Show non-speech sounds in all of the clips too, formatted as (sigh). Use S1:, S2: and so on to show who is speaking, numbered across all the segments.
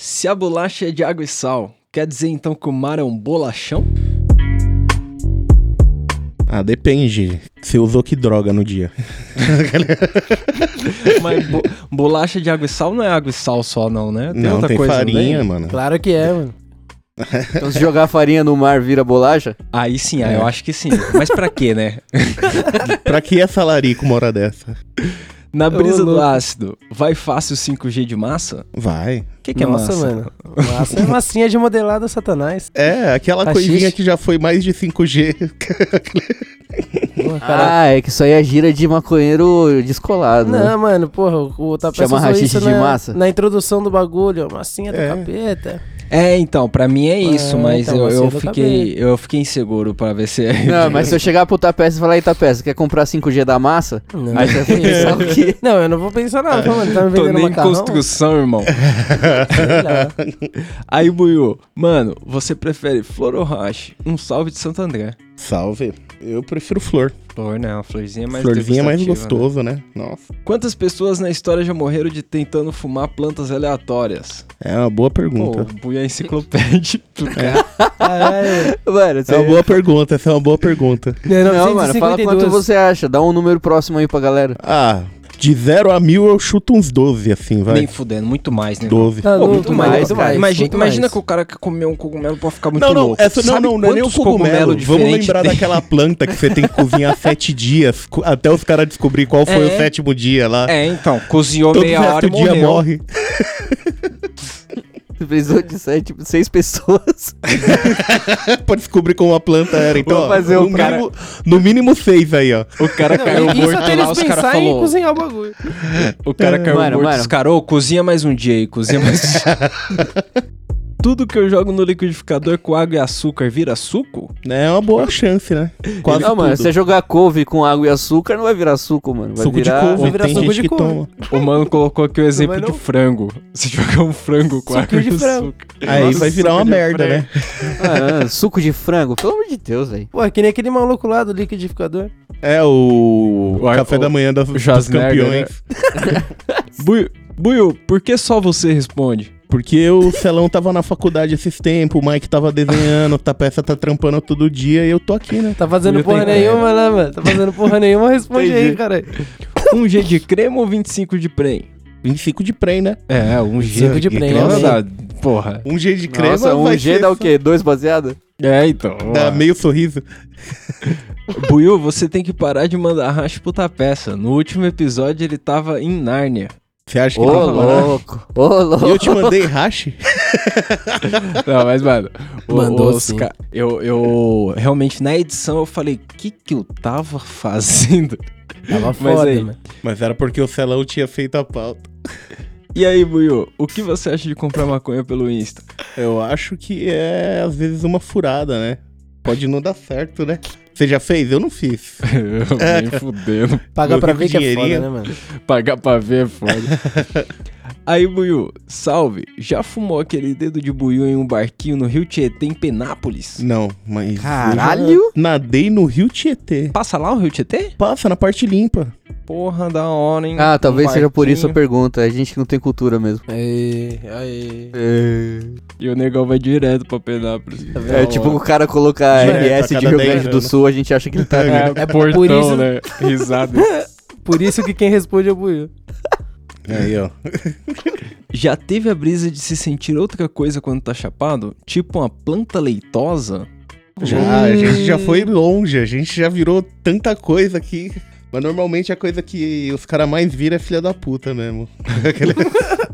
S1: Se a bolacha é de água e sal, quer dizer então que o mar é um bolachão?
S2: Ah, depende. Você usou que droga no dia?
S1: (laughs) Mas bo- bolacha de água e sal não é água e sal só, não, né?
S2: não, tem farinha,
S1: também?
S2: mano.
S3: Claro que é, mano.
S4: Então se jogar farinha no mar vira bolacha?
S1: Aí sim, aí
S2: É.
S1: eu acho que sim. Mas pra quê, né?
S2: Pra que é salarico uma hora dessa?
S1: Na brisa
S3: (laughs) Ô,
S1: do
S3: louco.
S1: ácido, vai fácil 5G de massa?
S2: Vai.
S1: O que, que é
S3: Nossa,
S1: massa?
S3: mano. Massa é massinha de modelado satanás.
S2: É, aquela
S3: Tá
S2: coisinha
S3: xixi.
S2: que já foi mais de 5G.
S3: Porra, cara.
S4: Ah, é que isso aí é gira de maconheiro descolado, né?
S3: não, mano, porra, o o Tapé
S4: Chama
S3: usou
S4: rachixe
S3: isso
S4: de
S3: na,
S4: massa?
S3: na introdução do bagulho, ó, massinha do
S2: É.
S4: (laughs)
S3: capeta.
S1: É, então, pra mim é isso,
S3: Ah,
S1: mas
S3: então,
S1: eu,
S3: você
S1: eu
S3: é do
S1: fiquei, eu fiquei inseguro pra ver
S3: (laughs)
S1: se é.
S4: Não, mas se eu chegar pro Tapés e falar, aí Tapés, quer comprar 5G da massa?
S3: Não,
S4: Aí você vai pensar o
S3: (laughs)
S4: quê?
S3: É. não, eu não vou pensar nada, mano, tá me
S1: Tô
S3: vendendo
S1: nem em
S3: macarrão?
S1: construção, irmão.
S3: Sei lá.
S1: Aí, Buiu, mano, você prefere flor ou hash? Um salve de Santo André.
S2: Salve. Eu prefiro flor.
S1: Flor não, florzinha é mais
S2: Florzinha é mais
S1: degustativa, né?
S2: gostoso, né? Nossa.
S1: Quantas pessoas na história já morreram de tentando fumar plantas aleatórias?
S2: É uma boa
S1: Pô,
S2: pergunta.
S1: o Buiu é
S2: (laughs)
S1: enciclopédico.
S3: Caralho.
S4: Mano,
S2: Essa é uma boa pergunta, essa é uma boa pergunta.
S3: é.
S4: Não, mano, fala quanto
S3: 952.
S4: você acha. Dá um número próximo aí pra galera.
S2: Ah, de 0 a 1000 eu chuto uns 12, assim, vai.
S1: Nem fudendo, muito mais, né?
S2: 12.
S3: Tá
S1: Pô,
S3: louco,
S1: muito mais,
S3: mano,
S4: mais,
S3: muito
S1: cara.
S3: mais,
S1: imagina
S3: muito
S1: imagina
S3: mais.
S1: que o cara que comeu um cogumelo pode ficar muito
S2: Não, não,
S1: louco.
S2: essa, não,
S1: Sabe
S2: não, não é nem o
S1: quantos
S2: cogumelo.
S1: cogumelos
S2: Vamos
S1: diferentes
S2: lembrar
S1: tem?
S2: daquela planta que você tem
S1: (laughs)
S2: que cozinhar sete dias co- até os caras descobrir qual foi
S1: É.
S2: o sétimo dia lá.
S1: É, então, cozinhou
S2: Todo
S1: meia hora
S2: resto
S1: e
S2: do dia
S1: morreu.
S2: morre. (laughs)
S4: Você precisou de sete, seis pessoas.
S2: pra descobrir como a planta era. Então,
S4: Vou
S2: ó,
S4: fazer
S2: no,
S4: um cara-
S2: mínimo, no mínimo seis aí, ó.
S1: O cara caiu
S3: Não, e isso até
S1: morto lá,
S3: eles
S1: os caras
S3: pensarem em
S1: falou...
S3: cozinhar o bagulho.
S1: O cara caiu
S4: Mano,
S1: morto,
S4: mano.
S1: os caras, ô, cozinha mais um dia aí, cozinha mais um dia.
S2: (laughs)
S1: Tudo que eu jogo no liquidificador com água e açúcar vira suco?
S2: É uma boa chance, né? Quase
S4: não, mano,
S2: tudo.
S4: se você jogar couve com água e açúcar, não vai virar suco, mano. Vai
S2: Suco de
S4: virar...
S2: couve,
S3: vai virar
S2: tem
S3: suco
S2: gente
S3: de
S2: que
S3: couve.
S2: toma.
S1: O mano colocou aqui o exemplo
S3: vai
S1: de
S3: não?
S1: frango. (laughs) Se jogar um frango com água
S3: Suquinho
S1: e
S3: de frango.
S1: açúcar.
S2: Aí
S1: Nossa,
S2: vai virar uma
S1: suco de
S2: merda,
S1: frango.
S2: né?
S4: Ah, suco de frango? Pelo amor de Deus, velho.
S3: Pô, é que nem aquele maluco lá do liquidificador.
S2: É o,
S1: O ar-
S2: café
S1: o-
S2: da manhã das,
S1: o
S2: dos
S1: Schwarzenegger,
S2: campeões.
S1: Buiu, Buiu, por que só você responde?
S2: Porque o Celão tava na faculdade esses tempos, o Mike tava desenhando, o Tapeça tá trampando todo dia e eu tô aqui, né?
S3: Tá fazendo
S1: Eu
S3: porra
S1: tenho-
S3: nenhuma, né, mano? Tá fazendo porra nenhuma, responde aí,
S4: Entendi.
S3: caralho.
S1: Um G de creme ou 25 de prem?
S2: 25 de prem, né?
S1: É, um G.
S3: 25 de
S2: que
S3: prêmio.
S1: Nossa,
S2: creme.
S3: né?
S1: dá- porra.
S2: Um G de crema
S4: Nossa, um
S2: vai
S4: G
S2: ser
S4: dá o
S2: só-
S4: quê? Dois baseados?
S1: É, então.
S2: Dá meio sorriso.
S1: Buiu, você tem que parar de mandar racha pro tapeça. No último episódio ele tava em Nárnia.
S2: Você acha
S4: Ô,
S2: que
S1: Tá
S2: tava lá?
S4: louco. Ô, louco.
S2: E eu te mandei rache?
S1: Não, mas, mano, o-
S3: Mandou
S1: os
S3: sim.
S1: ca- eu, eu realmente na edição eu falei, o que que eu tava fazendo?
S3: Tava
S1: Mas
S3: foda,
S1: aí,
S3: mano.
S2: Mas era porque o Celão tinha feito a pauta.
S1: E aí, Buiu, o que você acha de comprar maconha pelo Insta? (laughs)
S2: Eu acho que é, às vezes, uma furada, né? Pode não dar certo, né? Você já fez? Eu não fiz.
S1: Eu
S3: É.
S1: Nem fudendo.
S3: Pagar
S2: Meu
S3: pra
S2: rico
S3: ver que é foda,
S2: dinheirinho.
S3: né, mano?
S1: Pagar pra ver é foda.
S3: (laughs)
S1: Aí, Buiu, salve. Já fumou aquele dedo de Buiu em um barquinho no Rio Tietê, em Penápolis?
S2: Não, mas. eu
S4: Caralho?
S2: já Nadei no Rio Tietê.
S1: Passa lá o Rio Tietê?
S2: Passa na parte limpa.
S1: Porra, da hora, hein?
S4: Ah, talvez
S1: Um
S4: seja por isso a
S1: barquinho.
S4: pergunta. A gente que não tem cultura mesmo.
S1: É.
S3: Aí, aí.
S1: E o negão vai direto pra Penápolis. um
S3: Tá vendo?
S4: É tipo o cara colocar
S1: tá
S2: Direto,
S4: RS
S2: a
S4: de
S2: cada
S4: Rio
S2: dez
S4: Grande do
S2: anos.
S4: Sul, a gente acha que ele tá...
S1: né? É, portão,
S3: por isso-
S1: né?
S3: (laughs)
S1: Risada.
S3: Por isso que quem responde é o Buiu.
S2: Aí, ó.
S1: Já teve a brisa de se sentir outra coisa quando tá chapado? Tipo uma planta leitosa?
S2: Já, a gente já foi longe, a gente já virou tanta coisa que. Mas normalmente a coisa que os caras mais viram é filha da puta mesmo. Aquele-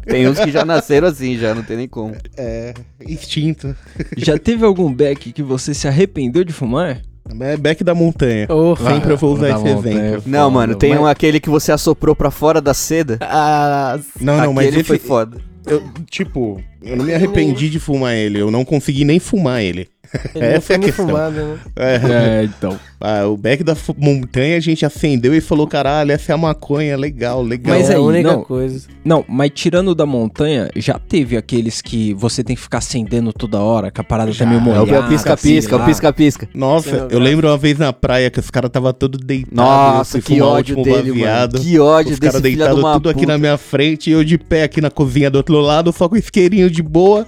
S4: Tem uns que já nasceram assim, já. Não tem nem como.
S2: é. Instinto.
S1: Já teve algum beck que você se arrependeu de fumar?
S2: É Beck da montanha.
S3: Porra.
S2: Sempre eu vou usar
S1: da
S2: esse
S1: montanha,
S2: exemplo.
S1: é foda,
S4: Não, mano, tem
S1: mas-
S4: um aquele que você assoprou pra fora da seda.
S3: Ah,
S2: Não, não, mas
S4: aquele
S2: esse,
S4: foi foda.
S2: Eu, tipo, eu não me arrependi de fumar ele. Eu não consegui nem fumar ele.
S3: Ele
S2: Essa
S3: não foi
S2: é a
S3: nem
S2: questão.
S3: fumado, né?
S2: (laughs) É.
S1: É, então.
S2: Ah, o back da fu- montanha a gente acendeu e falou: caralho, essa é a maconha, legal, legal.
S1: Mas
S3: é a
S1: aí,
S3: única
S1: não.
S3: coisa.
S1: Não, mas tirando da montanha, já teve aqueles que você tem que ficar acendendo toda hora, que a parada tá
S2: Já,
S1: meio
S2: é o
S1: molhada. né?
S4: é o pisca-pisca,
S1: sei
S4: o
S1: lá.
S2: Tá,
S4: pisca-pisca.
S2: Nossa, eu lembro uma vez na praia que os caras tava todo deitado.
S4: é Nossa,
S2: eu fui
S4: que
S2: fumar o
S4: ódio
S2: último
S4: dele,
S2: baseado.
S4: mano. Que ódio
S2: Os
S4: desse
S2: caras
S4: filho de
S2: deitados
S4: uma
S2: tudo aqui
S4: puta.
S2: na minha frente e eu de pé aqui na cozinha do outro lado, só com o isqueirinho de boa.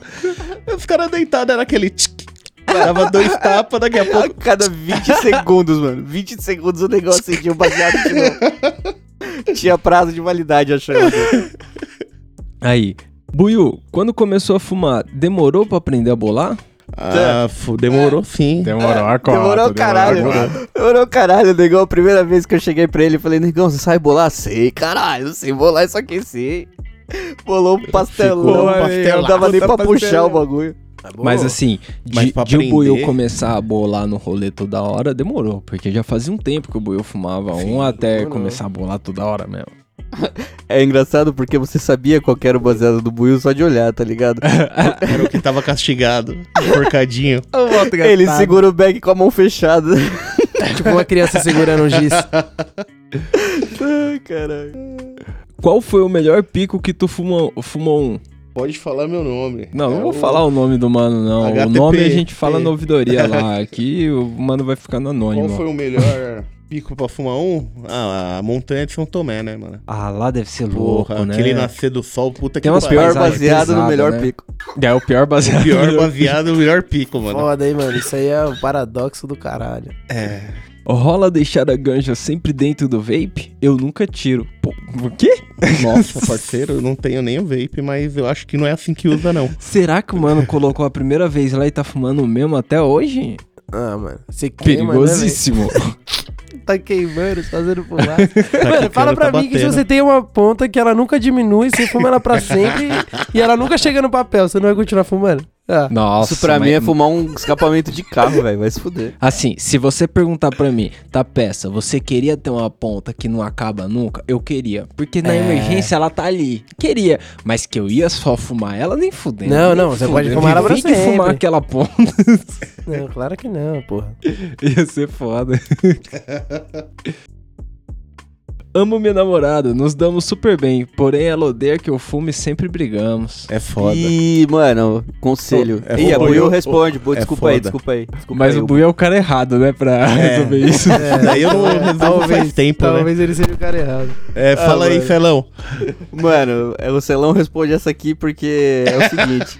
S2: Os caras deitados, era aquele tch, tch, tch, dava
S4: (laughs)
S2: dois tapas, daqui a
S4: A
S2: pouco. (laughs)
S4: cada 20 segundos, mano. 20 segundos o negócio acendia o baseado de novo.
S2: (laughs)
S4: Tinha prazo de validade, achando.
S1: Aí. Buiu, quando começou a fumar, demorou pra aprender a bolar?
S2: Ah, fu- demorou sim.
S5: Demorou a cota.
S4: É, Demorou caralho,
S5: a cota.
S4: mano. Demorou caralho, negão. A primeira vez que eu cheguei pra ele, eu falei, negão, você sabe bolar? Sei, caralho, eu sei bolar isso aqui sim. Bolou um pastelão,
S2: Ficou um
S4: não
S2: pastelaço
S4: dava nem pra
S2: da
S4: puxar
S2: pastelão.
S4: o bagulho.
S1: Mas assim, de,
S2: Mas pra
S1: de o
S2: aprender-
S1: Buiu começar a bolar no rolê toda hora, demorou. Porque já fazia um tempo que o Buiu fumava um até
S3: demorou.
S1: começar a bolar toda hora mesmo.
S4: É engraçado porque você sabia qual que era o baseado do Buiu só de olhar, tá ligado?
S2: Era o que tava castigado, porcadinho.
S4: (laughs) ele segura o bag com a mão
S2: (laughs)
S4: fechada.
S3: Tipo uma criança segurando um giz.
S4: Ai, caralho.
S1: Qual foi o melhor pico que tu fumou, fumou um?
S2: Pode falar meu nome.
S1: Não,
S2: É
S1: não vou
S2: o-
S1: falar o nome do mano, não. O
S2: HTTP.
S1: nome a gente fala na ouvidoria lá. Aqui o mano vai ficando anônimo.
S2: Qual foi o melhor pico pra fumar um? Ah, a montanha de São Tomé, né, mano?
S1: Ah, lá deve ser né?
S2: Porra, aquele
S3: né?
S2: nascer do sol, puta
S1: Tem
S2: que
S1: umas
S2: pariu.
S4: Pior
S1: Paisagem
S4: baseado no
S1: pesada,
S4: melhor
S1: né?
S4: pico.
S1: É o pior baseado.
S2: Pior baseado, (laughs) o melhor pico, mano.
S3: (laughs)
S2: É.
S3: Foda aí, mano. Isso aí é o paradoxo do caralho.
S1: (laughs)
S3: É.
S1: Rola deixar a ganja sempre dentro do vape? Eu nunca tiro. Pô, o quê?
S2: Nossa, parceiro, eu não tenho nem o vape, mas eu acho que não é assim que usa,
S3: (laughs)
S2: não.
S1: Será que o mano colocou a primeira vez lá e tá fumando o mesmo até hoje?
S3: Ah, mano. Você queima, né, velho?
S1: Perigosíssimo.
S3: tá queimando, (laughs) fazendo pular.
S2: quicando,
S3: Mano, fala pra
S2: tá
S3: mim que se
S2: batendo.
S3: você tem uma ponta que ela nunca diminui, você fuma ela pra sempre e ela nunca chega no papel, você não vai continuar fumando? Ah,
S1: (laughs) Nossa,
S4: Isso pra
S1: mas-
S4: mim é fumar um escapamento de carro, velho. Vai se fuder.
S1: Assim, se você perguntar pra mim, tá peça, você queria ter uma ponta que não acaba nunca? Eu queria, porque na
S3: É.
S1: emergência ela tá ali. Queria, mas que eu ia só fumar ela nem fudendo.
S3: Não,
S1: nem
S3: não, você
S1: fudendo.
S3: pode fumar ela pra
S1: Vivi que
S3: sempre.
S1: fumar aquela ponta (laughs)
S3: não, claro que não, porra.
S1: ia ser foda. (laughs) Amo minha namorada, nos damos super bem, porém ela odeia que eu fume e sempre brigamos.
S2: É foda.
S4: Ih, mano, conselho.
S2: É
S4: Ih, a
S2: foda.
S4: Buiu responde. Bu-
S2: É
S4: desculpa
S2: foda.
S4: aí, desculpa aí. Desculpa
S1: Mas
S4: aí,
S1: o Bui é o cara errado, né, pra
S3: É.
S1: resolver isso.
S2: É. Daí
S3: (laughs)
S2: eu não resolvo faz tempo, né?
S3: Então, Talvez Ah, ele seja o cara errado.
S2: É, fala aí,
S4: mano.
S2: Felão.
S4: Mano, é, o Celão responde essa aqui porque é o seguinte.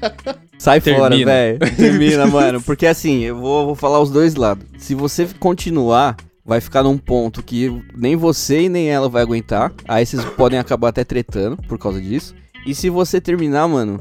S4: Sai fora,
S1: Termina.
S4: velho. Termina, mano. Porque assim, eu vou, vou falar os dois lados. Se você continuar, vai ficar num ponto que nem você e nem ela vai aguentar. Aí vocês podem acabar até tretando por causa disso. E se você terminar, mano,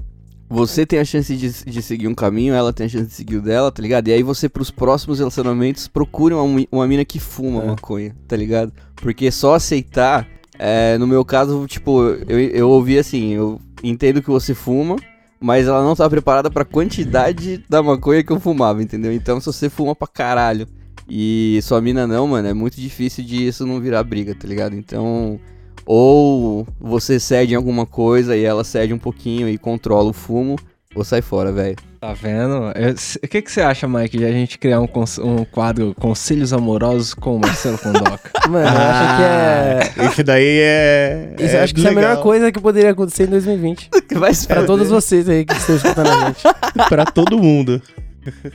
S4: você tem a chance de, de seguir um caminho, ela tem a chance de seguir o dela, tá ligado? E aí você, pros próximos relacionamentos, procure uma, mi- uma mina que fuma maconha, tá ligado? Porque só aceitar é, no meu caso, tipo, eu, eu ouvi assim, eu entendo que você fuma, mas ela não tá preparada pra quantidade da maconha que eu fumava, entendeu? Então se você fuma pra caralho e sua mina não, mano, é muito difícil de isso não virar briga, tá ligado? Então, ou você cede em alguma coisa e ela cede um pouquinho e controla o fumo, ou sai fora, velho. (laughs)
S1: Tá vendo? Eu- c- O que, que você acha, Mike, de a gente criar um, cons- um quadro Conselhos Amorosos com o Marcelo Condoca?
S3: Mano, eu acho que é.
S2: Esse daí é.
S3: (laughs) Isso,
S2: é
S3: acho que isso é a
S2: legal.
S3: melhor coisa que poderia acontecer em 2020.
S4: Vai se
S3: Pra
S4: fuder.
S3: todos vocês aí que estão escutando a gente.
S2: pra todo mundo.
S1: (laughs)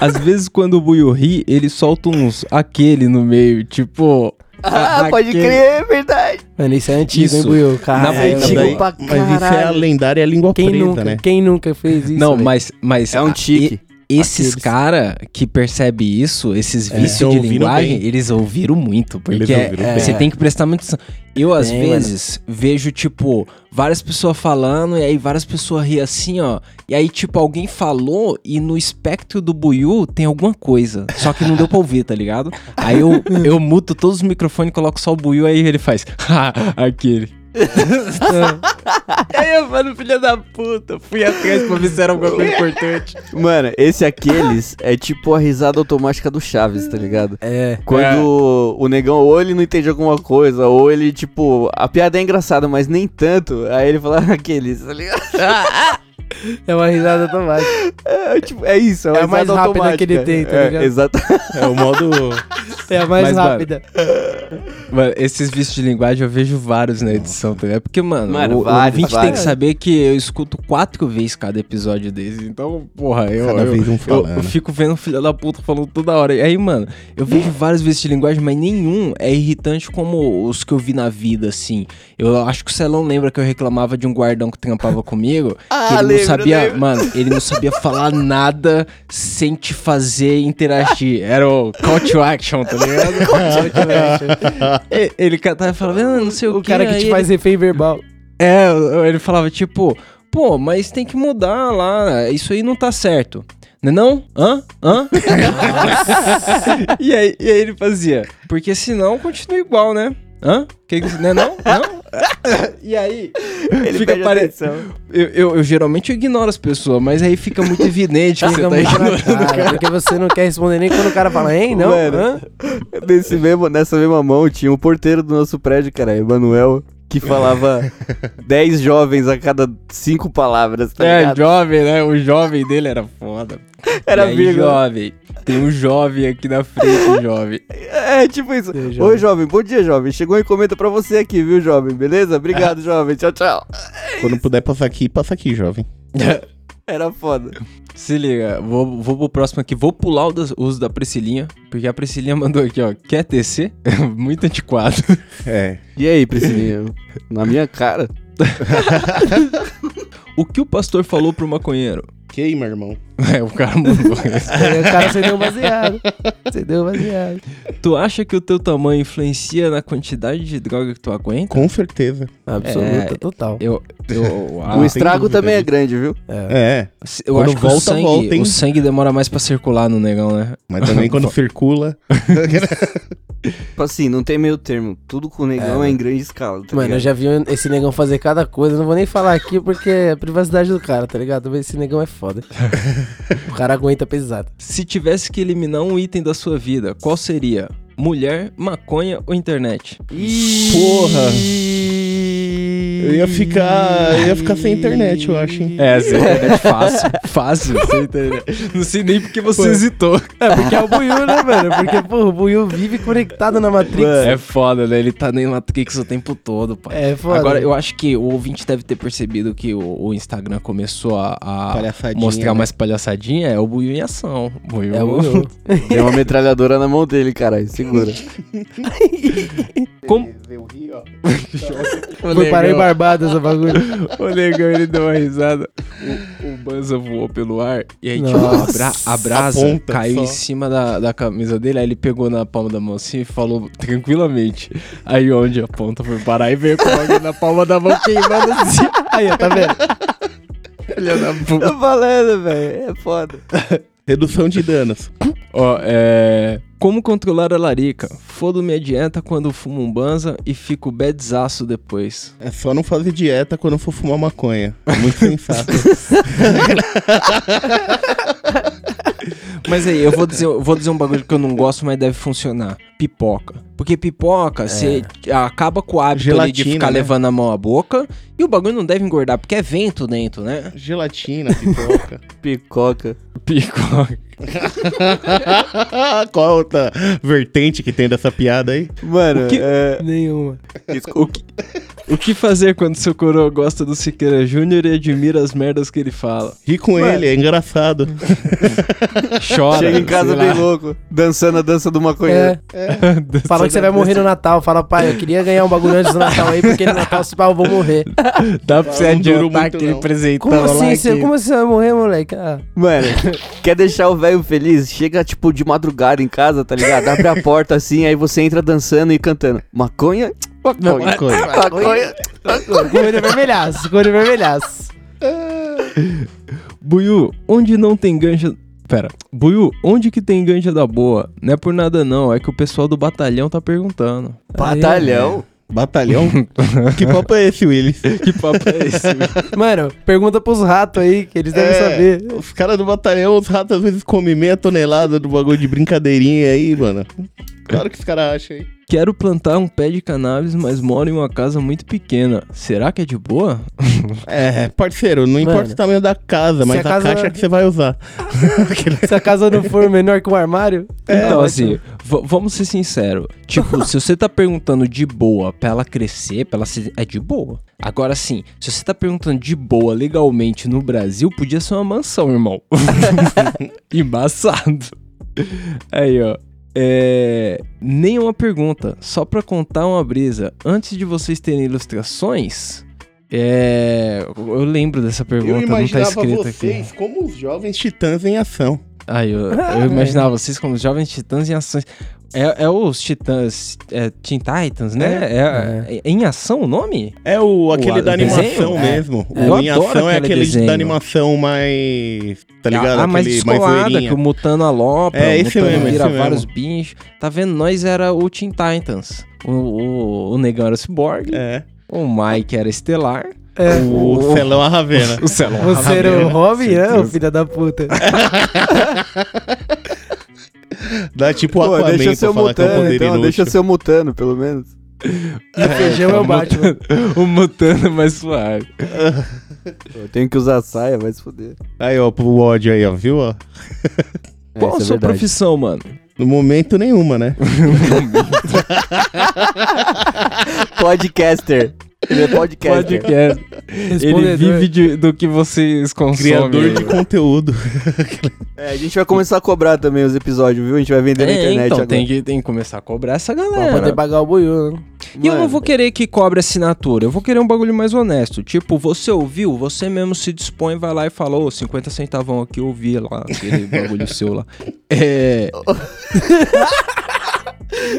S1: Às vezes, quando o Buio ri, ele solta uns aquele no meio, tipo.
S4: (laughs) Ah,
S1: a-
S4: pode
S1: aquele.
S4: crer, é verdade.
S3: (laughs) Mano, isso é antigo,
S1: Isso.
S3: hein, Buiu? Caralho,
S1: Na verdade,
S3: velho.
S1: Antigo
S4: pra
S2: É, Mas isso é a lendária língua
S3: Quem
S2: preta,
S3: nunca,
S2: né?
S3: quem nunca fez isso?
S1: Não,
S3: velho?
S1: mas, mas
S4: É um
S1: a-
S4: tique.
S1: e- esses
S3: Aqueles.
S1: cara que percebe isso, esses
S2: É.
S1: vícios
S2: Eles
S1: de
S2: ouviram
S1: linguagem,
S2: bem.
S1: eles ouviram muito, porque
S2: Eles ouviram
S1: é-
S2: bem.
S1: você tem que prestar muita atenção. Eu às
S3: Tem,
S1: vezes vejo tipo várias pessoas falando e aí várias pessoas riem assim, ó, e aí tipo alguém falou e no espectro do buiu tem alguma coisa, só que não deu pra ouvir, tá ligado? Aí (laughs) eu eu muto todos os microfones, coloco só o buiu aí ele faz (laughs) aquele. Aí eu falo, filha da puta, fui atrás pra ver se era alguma coisa importante.
S4: Mano, esse aqueles (laughs) é tipo a risada automática do Chaves, tá ligado?
S3: É.
S4: Quando o negão ou ele não entende alguma coisa, ou ele, (laughs) tipo, a piada é engraçada, mas nem tanto, aí ele fala aqueles, tá ligado?
S3: É uma risada automática.
S4: (laughs) É, tipo, é isso, é, uma
S3: É a mais
S4: risada
S3: rápida
S4: automática.
S3: que ele tem, tá
S4: É,
S3: ligado?
S4: exato.
S2: É o modo.
S3: É a mais
S1: Mas, mano,
S3: rápida.
S1: Mano, esses vícios de linguagem eu vejo vários na edição também. É porque, mano,
S4: Mano,
S1: o,
S4: vários,
S1: o ouvinte tem que
S4: vários.
S1: saber que eu escuto quatro vezes cada episódio desse. Então, porra, eu,
S2: Cada
S1: eu,
S2: vez um
S1: eu-
S2: falando.
S1: eu fico vendo o filho da puta falando toda hora. E aí, mano, eu vejo vários vícios de linguagem, mas nenhum é irritante como os que eu vi na vida, assim. Eu acho que o Celão lembra que eu reclamava de um guardão que trampava comigo.
S4: (laughs) Ah,
S1: que ele
S4: lembro,
S1: não sabia,
S4: lembro.
S1: mano, ele não sabia falar nada sem te fazer interagir. Era o call to action, tá ligado? E- É, Ele cantava e falava, "Ah, não sei o,
S3: O cara que
S1: aí
S3: te
S1: ele-
S3: faz refém verbal.
S1: É, ele falava tipo, pô, mas tem que mudar lá, isso aí não tá certo. Não é não? Hã? Hã? (laughs) e, aí, e aí ele fazia, porque senão continua igual, né? Hã? Que, que- não é não? Não? e aí,
S4: Ele
S1: Fica
S4: pede
S1: pare-
S4: atenção.
S1: eu, eu, eu geralmente ignoro as pessoas, mas aí fica muito evidente que você
S3: Fica
S1: tá
S3: muito
S1: ignorando.
S3: na cara, porque você não quer responder nem quando o cara fala, hein, não?
S4: Mano.
S3: hã?
S4: Nesse mesmo, nessa mesma mão tinha um porteiro do nosso prédio, cara, Emanuel, que
S3: (laughs)
S4: falava 10 jovens a cada 5 palavras,
S1: (laughs)
S4: tá
S1: É,
S4: ligado?
S1: jovem, né? O jovem dele era foda.
S4: Era
S1: E aí,
S4: vírgula.
S1: jovem. Tem um jovem aqui na frente,
S3: (laughs)
S1: jovem.
S4: (laughs) É, tipo isso.
S3: Ei, jovem.
S4: Oi, jovem, bom dia, jovem. Chegou a encomenda pra você aqui, viu, jovem? Beleza?
S3: É.
S4: Obrigado, jovem. Tchau, tchau.
S2: Quando puder passar aqui, passa aqui, jovem.
S4: Era foda.
S1: Se liga, vou, vou pro próximo aqui. Vou pular o das- os da Priscilinha, porque a Priscilinha (laughs) mandou aqui, ó. Quer TC? (laughs) Muito antiquado.
S2: É.
S4: E aí, Priscilinha? Na minha cara?
S1: (laughs) O que o pastor falou pro maconheiro?
S2: Queima, irmão.
S1: É, o cara mandou. isso.
S3: Aí o cara acendeu um baseado. Acendeu um baseado.
S1: (laughs) tu acha que o teu tamanho influencia na quantidade de droga que tu aguenta?
S2: Com certeza.
S3: Absoluta,
S1: É.
S3: total.
S1: Eu, eu, eu,
S4: o
S3: Ah,
S2: sem
S4: estrago
S2: dúvida,
S4: também é
S3: né?
S2: gente.
S4: grande, viu?
S2: É.
S1: eu
S2: Quando
S1: acho que o
S2: volta,
S1: sangue,
S2: volta, hein?
S1: o sangue demora mais pra circular no negão, né?
S2: Mas também (laughs) quando circula.
S4: Tipo assim, não tem meio termo. Tudo com negão é, em grande escala, tá
S3: Mano, eu
S4: ligado?
S3: já vi esse negão fazer cada coisa, não vou nem falar aqui porque é a privacidade do cara, tá ligado? Mas esse negão é foda. o cara aguenta pesado.
S1: Se tivesse que eliminar um item da sua vida, qual seria? Mulher, maconha ou internet?
S4: Ih,
S2: Porra. Eu ia ficar. Eu ia ficar sem internet, eu acho, hein?
S1: É,
S3: (laughs)
S1: sem internet fácil. Fácil, sem internet. Não sei nem porque você hesitou.
S3: É, porque é o Buiu, né, mano? Porque, pô, o Buiu vive conectado na Matrix.
S1: É foda, né? Ele tá nem Matrix o tempo todo, pai.
S3: É foda.
S1: Agora, eu acho que o ouvinte deve ter percebido que o, o Instagram começou a, a
S2: Palhaçadinha,
S1: mostrar
S2: né?
S1: mais palhaçadinha. É o Buiu em ação. Buiu.
S3: É o Buiu.
S4: Tem uma metralhadora na mão dele, caralho. (laughs) Segura.
S1: Como...
S2: É,
S3: Foi parar em Barbados o bagulho.
S1: O negão, ele deu uma risada. O, o Banza voou pelo ar e aí, tipo, a,
S3: Nossa,
S1: bra- a brasa
S2: a ponta
S1: caiu
S2: só.
S1: em cima da, da camisa dele. Aí ele pegou na palma da mão assim e falou tranquilamente. Aí onde a ponta foi parar e veio com alguém na palma da mão queimando assim.
S3: Aí, ó, tá vendo?
S1: Filha da puta.
S4: Tô falando, velho. É foda.
S2: Redução de danos.
S1: Ó, é. Como controlar a larica? Fodo minha dieta quando fumo um banza e fico bedzaço depois.
S2: É só não fazer dieta quando for fumar maconha. É Muito sensato.
S1: Mas aí, eu vou dizer, eu vou dizer um bagulho que eu não gosto, mas deve funcionar. Pipoca. Porque pipoca, você acaba com o hábito ali de
S2: Gelatina,
S1: ficar
S2: né?
S1: levando a mão à boca. E o bagulho não deve engordar, porque é vento dentro, né?
S2: (laughs) Gelatina, pipoca.
S4: Picoca.
S1: Pipoca.
S2: (laughs) Qual a outra vertente que tem dessa piada aí?
S4: Mano, é...
S3: Nenhuma.
S1: O que, o que fazer quando seu coroa gosta do Siqueira Júnior e admira as merdas que ele fala?
S2: Ri com ele, é engraçado.
S1: Chora.
S4: Chega em casa
S1: sei lá.
S4: bem louco, dançando a dança
S1: (laughs)
S4: do maconheiro.
S3: É. Fala que você vai morrer no Natal. Fala, pai, eu queria ganhar um bagulho antes do Natal aí, porque no Natal, se pá, eu vou morrer.
S1: Dá pra você
S2: Não durou
S1: adiantar
S2: muito,
S1: aquele
S2: não.
S1: presentão
S3: Como
S1: lá
S3: assim? Você,
S1: que-
S3: como assim você vai morrer, moleque? Ah,
S4: Mano, (laughs) quer deixar o velho feliz? Chega, tipo, de madrugada em casa, tá ligado? Abre a porta assim, aí você entra dançando e cantando. Maconha? Maconha.
S2: Maconha.
S4: Maconha.
S3: com o olho é vermelhaço, com o olho vermelhaço.
S1: Buiu, onde não tem ganja. Pera. Buiu, onde que tem ganja da boa? Não é por nada não, é que o pessoal do batalhão tá perguntando. (laughs)
S4: Batalhão.
S2: (laughs) Batalhão? que papo é esse, Willis?
S1: Que papo é esse?
S3: Mano, pergunta pros ratos aí, que eles devem
S2: É,
S3: saber.
S2: Os caras do batalhão, os ratos às vezes comem meia tonelada do bagulho de brincadeirinha aí, mano. Claro que os caras acham aí.
S1: Quero plantar um pé de cannabis, mas moro em uma casa muito pequena. Será que é de boa?
S2: É, parceiro, não importa
S3: Mano,
S2: o tamanho da casa, mas
S3: a
S2: a,
S3: casa-
S2: caixa que você
S1: (laughs)
S2: vai usar.
S3: Se a casa não for menor que um armário.
S1: então, assim, v- vamos ser sinceros. Tipo, se você tá perguntando de boa pra ela crescer, pra ela ser. É de boa. Agora sim, se você tá perguntando de boa legalmente no Brasil, podia ser uma mansão, irmão. (laughs) Embaçado. Aí, ó. É. Nenhuma pergunta, só pra contar uma brisa. Antes de vocês terem ilustrações. É. Eu lembro dessa pergunta, não tá escrita aqui.
S2: como os jovens titãs em ação.
S1: Aí eu, (laughs) eu imaginava vocês como jovens titãs em ações. É, é os titãs. É, Teen Titans, né? É, é em ação o nome?
S2: É o aquele
S1: a-
S2: da
S1: o
S2: animação
S1: desenho? É.
S2: mesmo.
S1: É. Eu
S2: O em
S1: adoro
S2: ação é
S1: aquele
S2: aquele
S1: desenho.
S2: da animação mais. Tá ligado?
S1: Ah, mais
S2: aquele mais
S1: descolada,
S2: zoeirinha.
S1: que o Mutano alopra,
S2: É,
S1: o
S2: esse
S1: Mutano
S2: mesmo,
S1: vira
S2: esse mesmo.
S1: vários bichos. Tá vendo? Nós era o Teen Titans. O, o, o negão era o Cyborg,
S2: É.
S1: o Mike era Estelar.
S2: O Celão a
S1: (laughs)
S2: Ravena.
S1: O Celon.
S3: Você era
S2: Rabeira,
S3: o Robin, né, ô
S2: certeza.
S3: filha
S1: (laughs)
S3: da puta?
S1: É,
S2: Dá tipo o
S4: Pô,
S2: Aquaman
S4: deixa eu ser
S2: pra
S4: o
S2: falar que é um
S4: mutano,
S2: poder
S4: então,
S2: inútil.
S4: deixa eu ser o mutano, pelo menos.
S3: E o feijão é
S1: tá
S3: o Batman.
S1: o Mutano é mais suave.
S4: Eu tenho que usar saia, vai se fuder.
S2: Aí, ó, pro ódio aí, ó, viu? ó?
S4: É,
S1: Qual a
S4: isso é
S1: sua
S4: verdade.
S1: profissão, mano?
S2: No momento nenhuma, né?
S4: Podcaster. Ele é podcaster.
S1: Podcast. é, Ele
S3: Respondedor.
S1: vive de- do que vocês consomem.
S2: Criador de conteúdo.
S4: É, a gente vai começar a cobrar também os episódios, viu? A gente vai vender na
S1: É,
S4: internet
S1: então,
S4: agora.
S1: tem que, tem que começar a cobrar essa
S3: Pra
S1: galera.
S3: poder pagar o boiô, né?
S1: E eu não
S4: Mano,
S1: vou querer que cobre assinatura, eu vou querer um bagulho mais honesto. Tipo, você ouviu, você mesmo se dispõe, vai lá e fala, ô, 50 centavão aqui, eu ouvi lá,
S4: (laughs)
S1: aquele bagulho seu lá. É,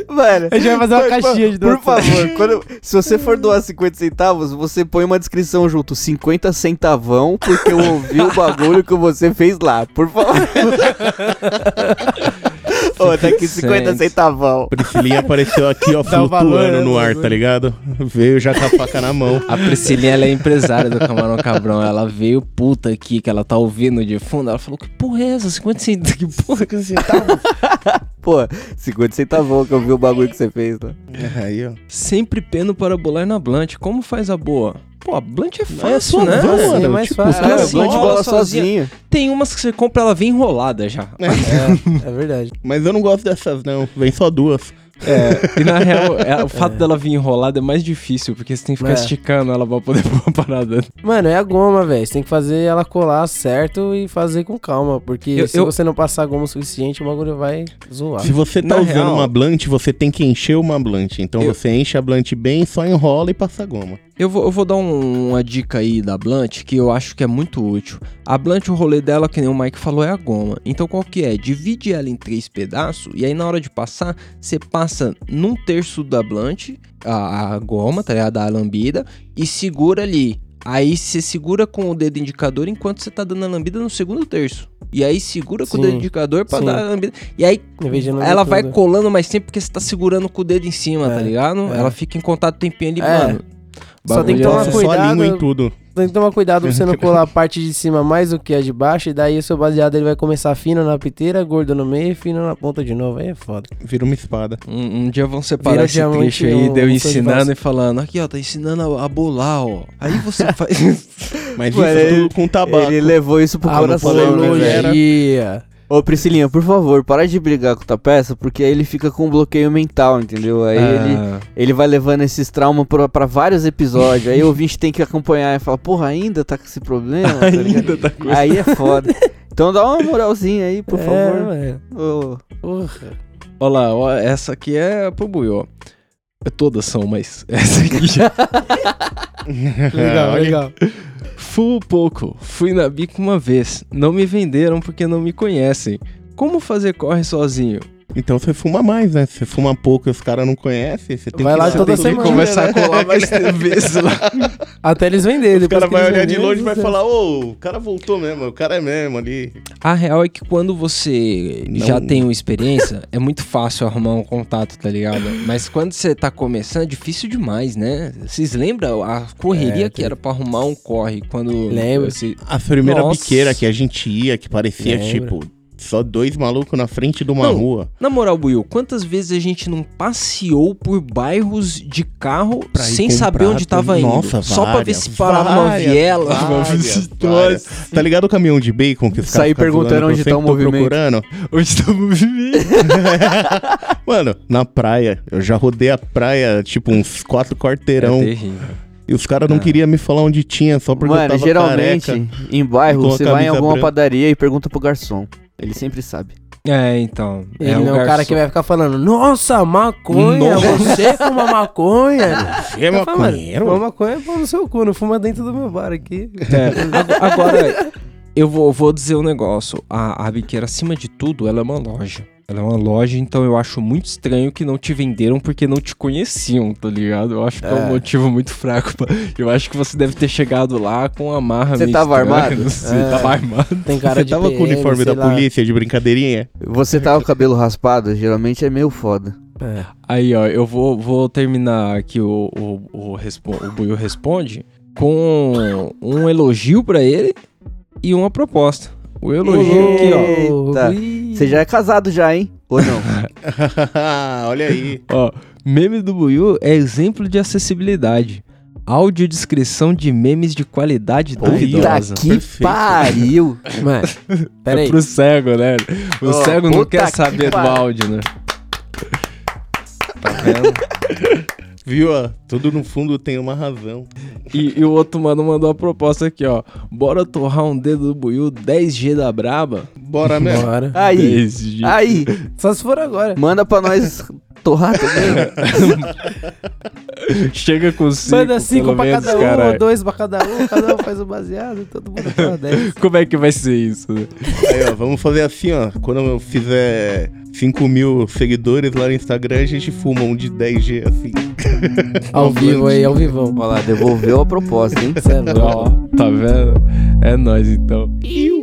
S4: Velho,
S3: A gente vai fazer uma
S4: por-
S3: caixinha de
S4: Por
S3: doação.
S4: favor, quando- se você for doar 50 centavos, você põe uma descrição junto. 50 centavão, porque eu ouvi o bagulho que você fez lá. Por favor. Ô, tá aqui 50
S1: Cents.
S4: centavão.
S2: (laughs) Priscilinha apareceu aqui, ó,
S3: Dá um
S2: flutuando
S3: valor,
S2: no
S3: né,
S2: ar,
S3: bagulho.
S2: tá ligado? Veio já com a faca na (laughs) mão.
S1: a Priscilinha, ela é empresária do Camarão Cabrão, ela veio puta aqui, que ela tá ouvindo de fundo, ela falou, que porra é essa, 50 centavos, (laughs) que porra que você tá
S4: Pô, 50 centavão que eu vi o bagulho que você fez né? lá.
S2: É, Aí, ó.
S1: Sempre peno para bolar na Blunt, como faz a boa? Pô, a Blunt é fácil, né?
S2: suavão,
S1: mano?
S3: É
S2: mano,
S3: mais
S2: tipo,
S3: fácil.
S1: cara,
S4: Cara,
S1: assim,
S4: Blunt
S1: rola
S4: bola
S1: sozinha.
S4: sozinha.
S1: Tem umas que você compra, ela vem enrolada já.
S3: É, é verdade.
S2: Mas eu não gosto dessas, não. Vem só duas.
S1: E na real, (laughs) é, o fato dela vir enrolada é mais difícil, porque você tem que ficar
S3: É.
S1: esticando ela pra poder (laughs) pôr uma parada.
S3: Mano, é a goma, velho. Você tem que fazer ela colar certo e fazer com calma. Porque
S1: Eu-
S3: se
S1: eu-
S3: você não passar goma o suficiente, o bagulho vai zoar.
S2: Se você tá
S1: Na
S2: usando
S1: real-
S2: uma blunt, você tem que encher uma blunt. Então
S1: Eu-
S2: você enche a blunt bem, só enrola e passa goma.
S1: Eu vou, eu vou dar um- uma dica aí da Blunt que eu acho que é muito útil. A Blunt, o rolê dela, que nem o Mike falou, é a goma. Então qual que é? Divide ela em três pedaços e aí na hora de passar, você passa num terço da Blunt, a, a goma, tá ligado? A lambida, e segura ali. Aí você segura com o dedo indicador enquanto você tá dando a lambida no segundo terço. E aí segura com o
S3: Sim,
S1: dedo indicador pra
S3: sim.
S1: dar a lambida. E aí
S3: Em vez de não
S1: ela
S3: ver
S1: vai
S3: tudo.
S1: colando mais tempo porque você tá segurando com o dedo em cima,
S3: É,
S1: tá ligado?
S3: é.
S1: Ela fica em contato o tempinho ali,
S3: É.
S1: mano.
S3: Só tem que
S1: Bagulho
S3: tomar
S1: é-
S2: Nossa, só a
S3: cuidado-
S2: língua em tudo.
S3: Tem que tomar cuidado pra
S2: (laughs)
S3: você não colar a parte de cima mais do que a de baixo. E daí o seu baseado ele vai começar fino na piteira, gordo no meio e fino na ponta de novo. Aí é foda.
S2: Vira uma espada.
S1: Um, um dia vão separar
S3: Vira
S1: esse
S3: diamante
S1: trecho aí,
S3: um-
S1: deu
S3: um
S1: ensinando
S3: fuzil.
S1: e falando, aqui ó, tá ensinando a, a bolar, ó. Aí
S3: (laughs)
S1: você faz.
S2: Mas
S4: Ué,
S2: isso
S4: ele-
S2: tudo com tabaco.
S4: Ele levou isso
S1: Ah,
S4: pro coração.
S2: falei
S4: né,
S2: longe.
S4: velho?
S3: apologia.
S4: Ô Priscilinha, por favor, para de brigar com tua peça, porque aí ele fica com um bloqueio mental, entendeu? Aí ele,
S1: Ah,
S4: ele vai levando esses traumas pra, pra vários episódios. aí o ouvinte tem que acompanhar e falar, porra, ainda tá com esse problema? tá ligado?
S1: tá
S4: aí é foda. Então dá uma moralzinha aí, por
S2: É,
S3: Por favor,
S4: favor.
S3: É, mano.
S4: Ô,
S3: Porra.
S1: Olha lá, ó, essa aqui é pro Buiô. Todas são, mas (laughs) essa aqui.
S2: é (laughs)
S3: Legal,
S2: Olha.
S3: tá legal.
S1: Fui pouco, fui na bica uma vez. Não me venderam porque não me conhecem. Como fazer corre sozinho?
S2: Então você fuma mais, né? Você fuma pouco e os caras não conhecem, você tem
S3: Vai
S2: que...
S3: lá
S2: você
S3: toda
S2: tem
S1: Tem que
S3: semana.
S1: começar a
S2: (laughs)
S1: colar
S3: (laughs)
S1: mais três vezes lá.
S3: Até eles venderem.
S2: que- O cara
S3: depois que
S2: vai
S3: eles
S2: olhar de
S3: venderem,
S2: longe e vai
S3: eles-
S2: falar, ô, o cara voltou mesmo, o cara é mesmo ali.
S1: A real é que quando você
S2: Não-
S1: já tem uma experiência, é muito fácil arrumar um contato, tá ligado? Mas quando você tá começando, é difícil demais, né? Vocês lembram a correria
S3: É,
S1: que era pra arrumar um corre quando.
S3: Lembro.
S1: Você...
S2: A primeira
S1: Nossa.
S2: biqueira que a gente ia, que parecia,
S3: Lembra.
S2: tipo, Só dois malucos na frente de uma
S1: Não.
S2: rua.
S1: Na moral, Buiu, quantas vezes a gente não passeou por bairros de carro
S2: Pra ir
S1: sem
S2: comprar,
S1: saber onde tava indo?
S2: nossa,
S1: só pra ver
S2: várias,
S1: se parava uma
S2: várias,
S1: viela.
S2: várias, várias. Tá ligado o caminhão de bacon que os caras
S4: Sair
S2: ficam zoando
S4: perguntando
S2: que eu
S4: onde tá
S2: sempre
S4: o
S2: tô
S4: movimento.
S2: procurando?
S1: Onde estamos vivendo?
S2: (laughs) Mano, na praia. Eu já rodei a praia, tipo, uns quatro quarteirão. e os caras não queriam me falar onde tinha, só porque eu
S4: Mano,
S2: tava
S4: geralmente,
S2: careca.
S4: em bairro,
S2: e com a
S4: você vai em
S2: camisa
S4: alguma
S2: branca.
S4: padaria e pergunta pro garçom. Ele sempre sabe.
S1: É, então.
S3: Ele
S2: um
S3: não é o cara que vai ficar falando, nossa, maconha,
S1: Nossa.
S3: você fuma maconha.
S2: (laughs) Você é
S3: Eu falo, "Mano, Fuma
S2: maconheiro?
S3: maconha, pô, no seu cu, não fuma dentro do meu bar aqui.
S1: É, ag- Agora, eu vou, vou dizer um negócio. A, a biqueira, acima de tudo, ela é uma loja. Ela é uma loja, então eu acho muito estranho que não te venderam porque não te conheciam, tá ligado? Eu acho que é, um motivo muito fraco. pra- Eu acho que você deve ter chegado lá com a marra
S4: Você
S1: meio
S4: tava
S1: estranha.
S4: armado?
S1: Você
S3: É.
S1: tava armado.
S3: (laughs) Tem cara
S2: Você
S3: de
S2: tava com o
S3: PM,
S2: uniforme
S3: sei
S2: da
S3: lá.
S2: polícia de brincadeirinha? (laughs)
S4: Você tá com o cabelo raspado, geralmente é meio foda.
S3: É.
S1: Aí, ó, eu vou, vou terminar aqui o, o, o, respo- o Buiu Responde com um elogio pra ele e uma proposta. O elogio aqui, ó.
S4: Eita.
S3: Ui.
S4: Você já é casado já, hein? Ou não? (laughs)
S2: Olha aí.
S1: Ó, meme do Buiu é exemplo de acessibilidade. Audiodescrição de memes de qualidade duvidosa. (laughs)
S4: Puta que
S2: Perfeito.
S4: pariu!
S3: Mano, peraí.
S1: É pro cego, né? O
S4: Ó,
S1: cego não
S4: puta
S1: quer
S4: que
S1: saber do
S4: pariu.
S1: áudio, né? Tá vendo?
S2: Viu? ó? Tudo no fundo tem uma razão.
S1: E, e o outro mano mandou a proposta aqui, ó. Bora torrar um dedo do Buiu 10G da Braba?
S2: Bora né? mesmo.
S3: Bora.
S4: Aí,
S1: 10G.
S4: aí,
S3: Só se for agora.
S4: manda pra nós torrar (laughs) também.
S1: Chega com 5.
S3: Manda cinco pra cada um,
S1: caralho.
S3: dois pra cada um, cada um faz o baseado, todo mundo
S1: (laughs)
S3: fala dez.
S1: Como é que vai ser isso? né?
S2: Aí, ó, vamos fazer assim, ó. Quando eu fizer 5 mil seguidores lá no Instagram, a gente fuma um de 10G, assim.
S3: Ao vivo
S1: é?
S3: aí, ao vivão.
S4: Olha lá, devolveu a proposta, hein?
S3: Cê é louco.
S1: Ó, tá vendo? É nóis então.
S2: Iu.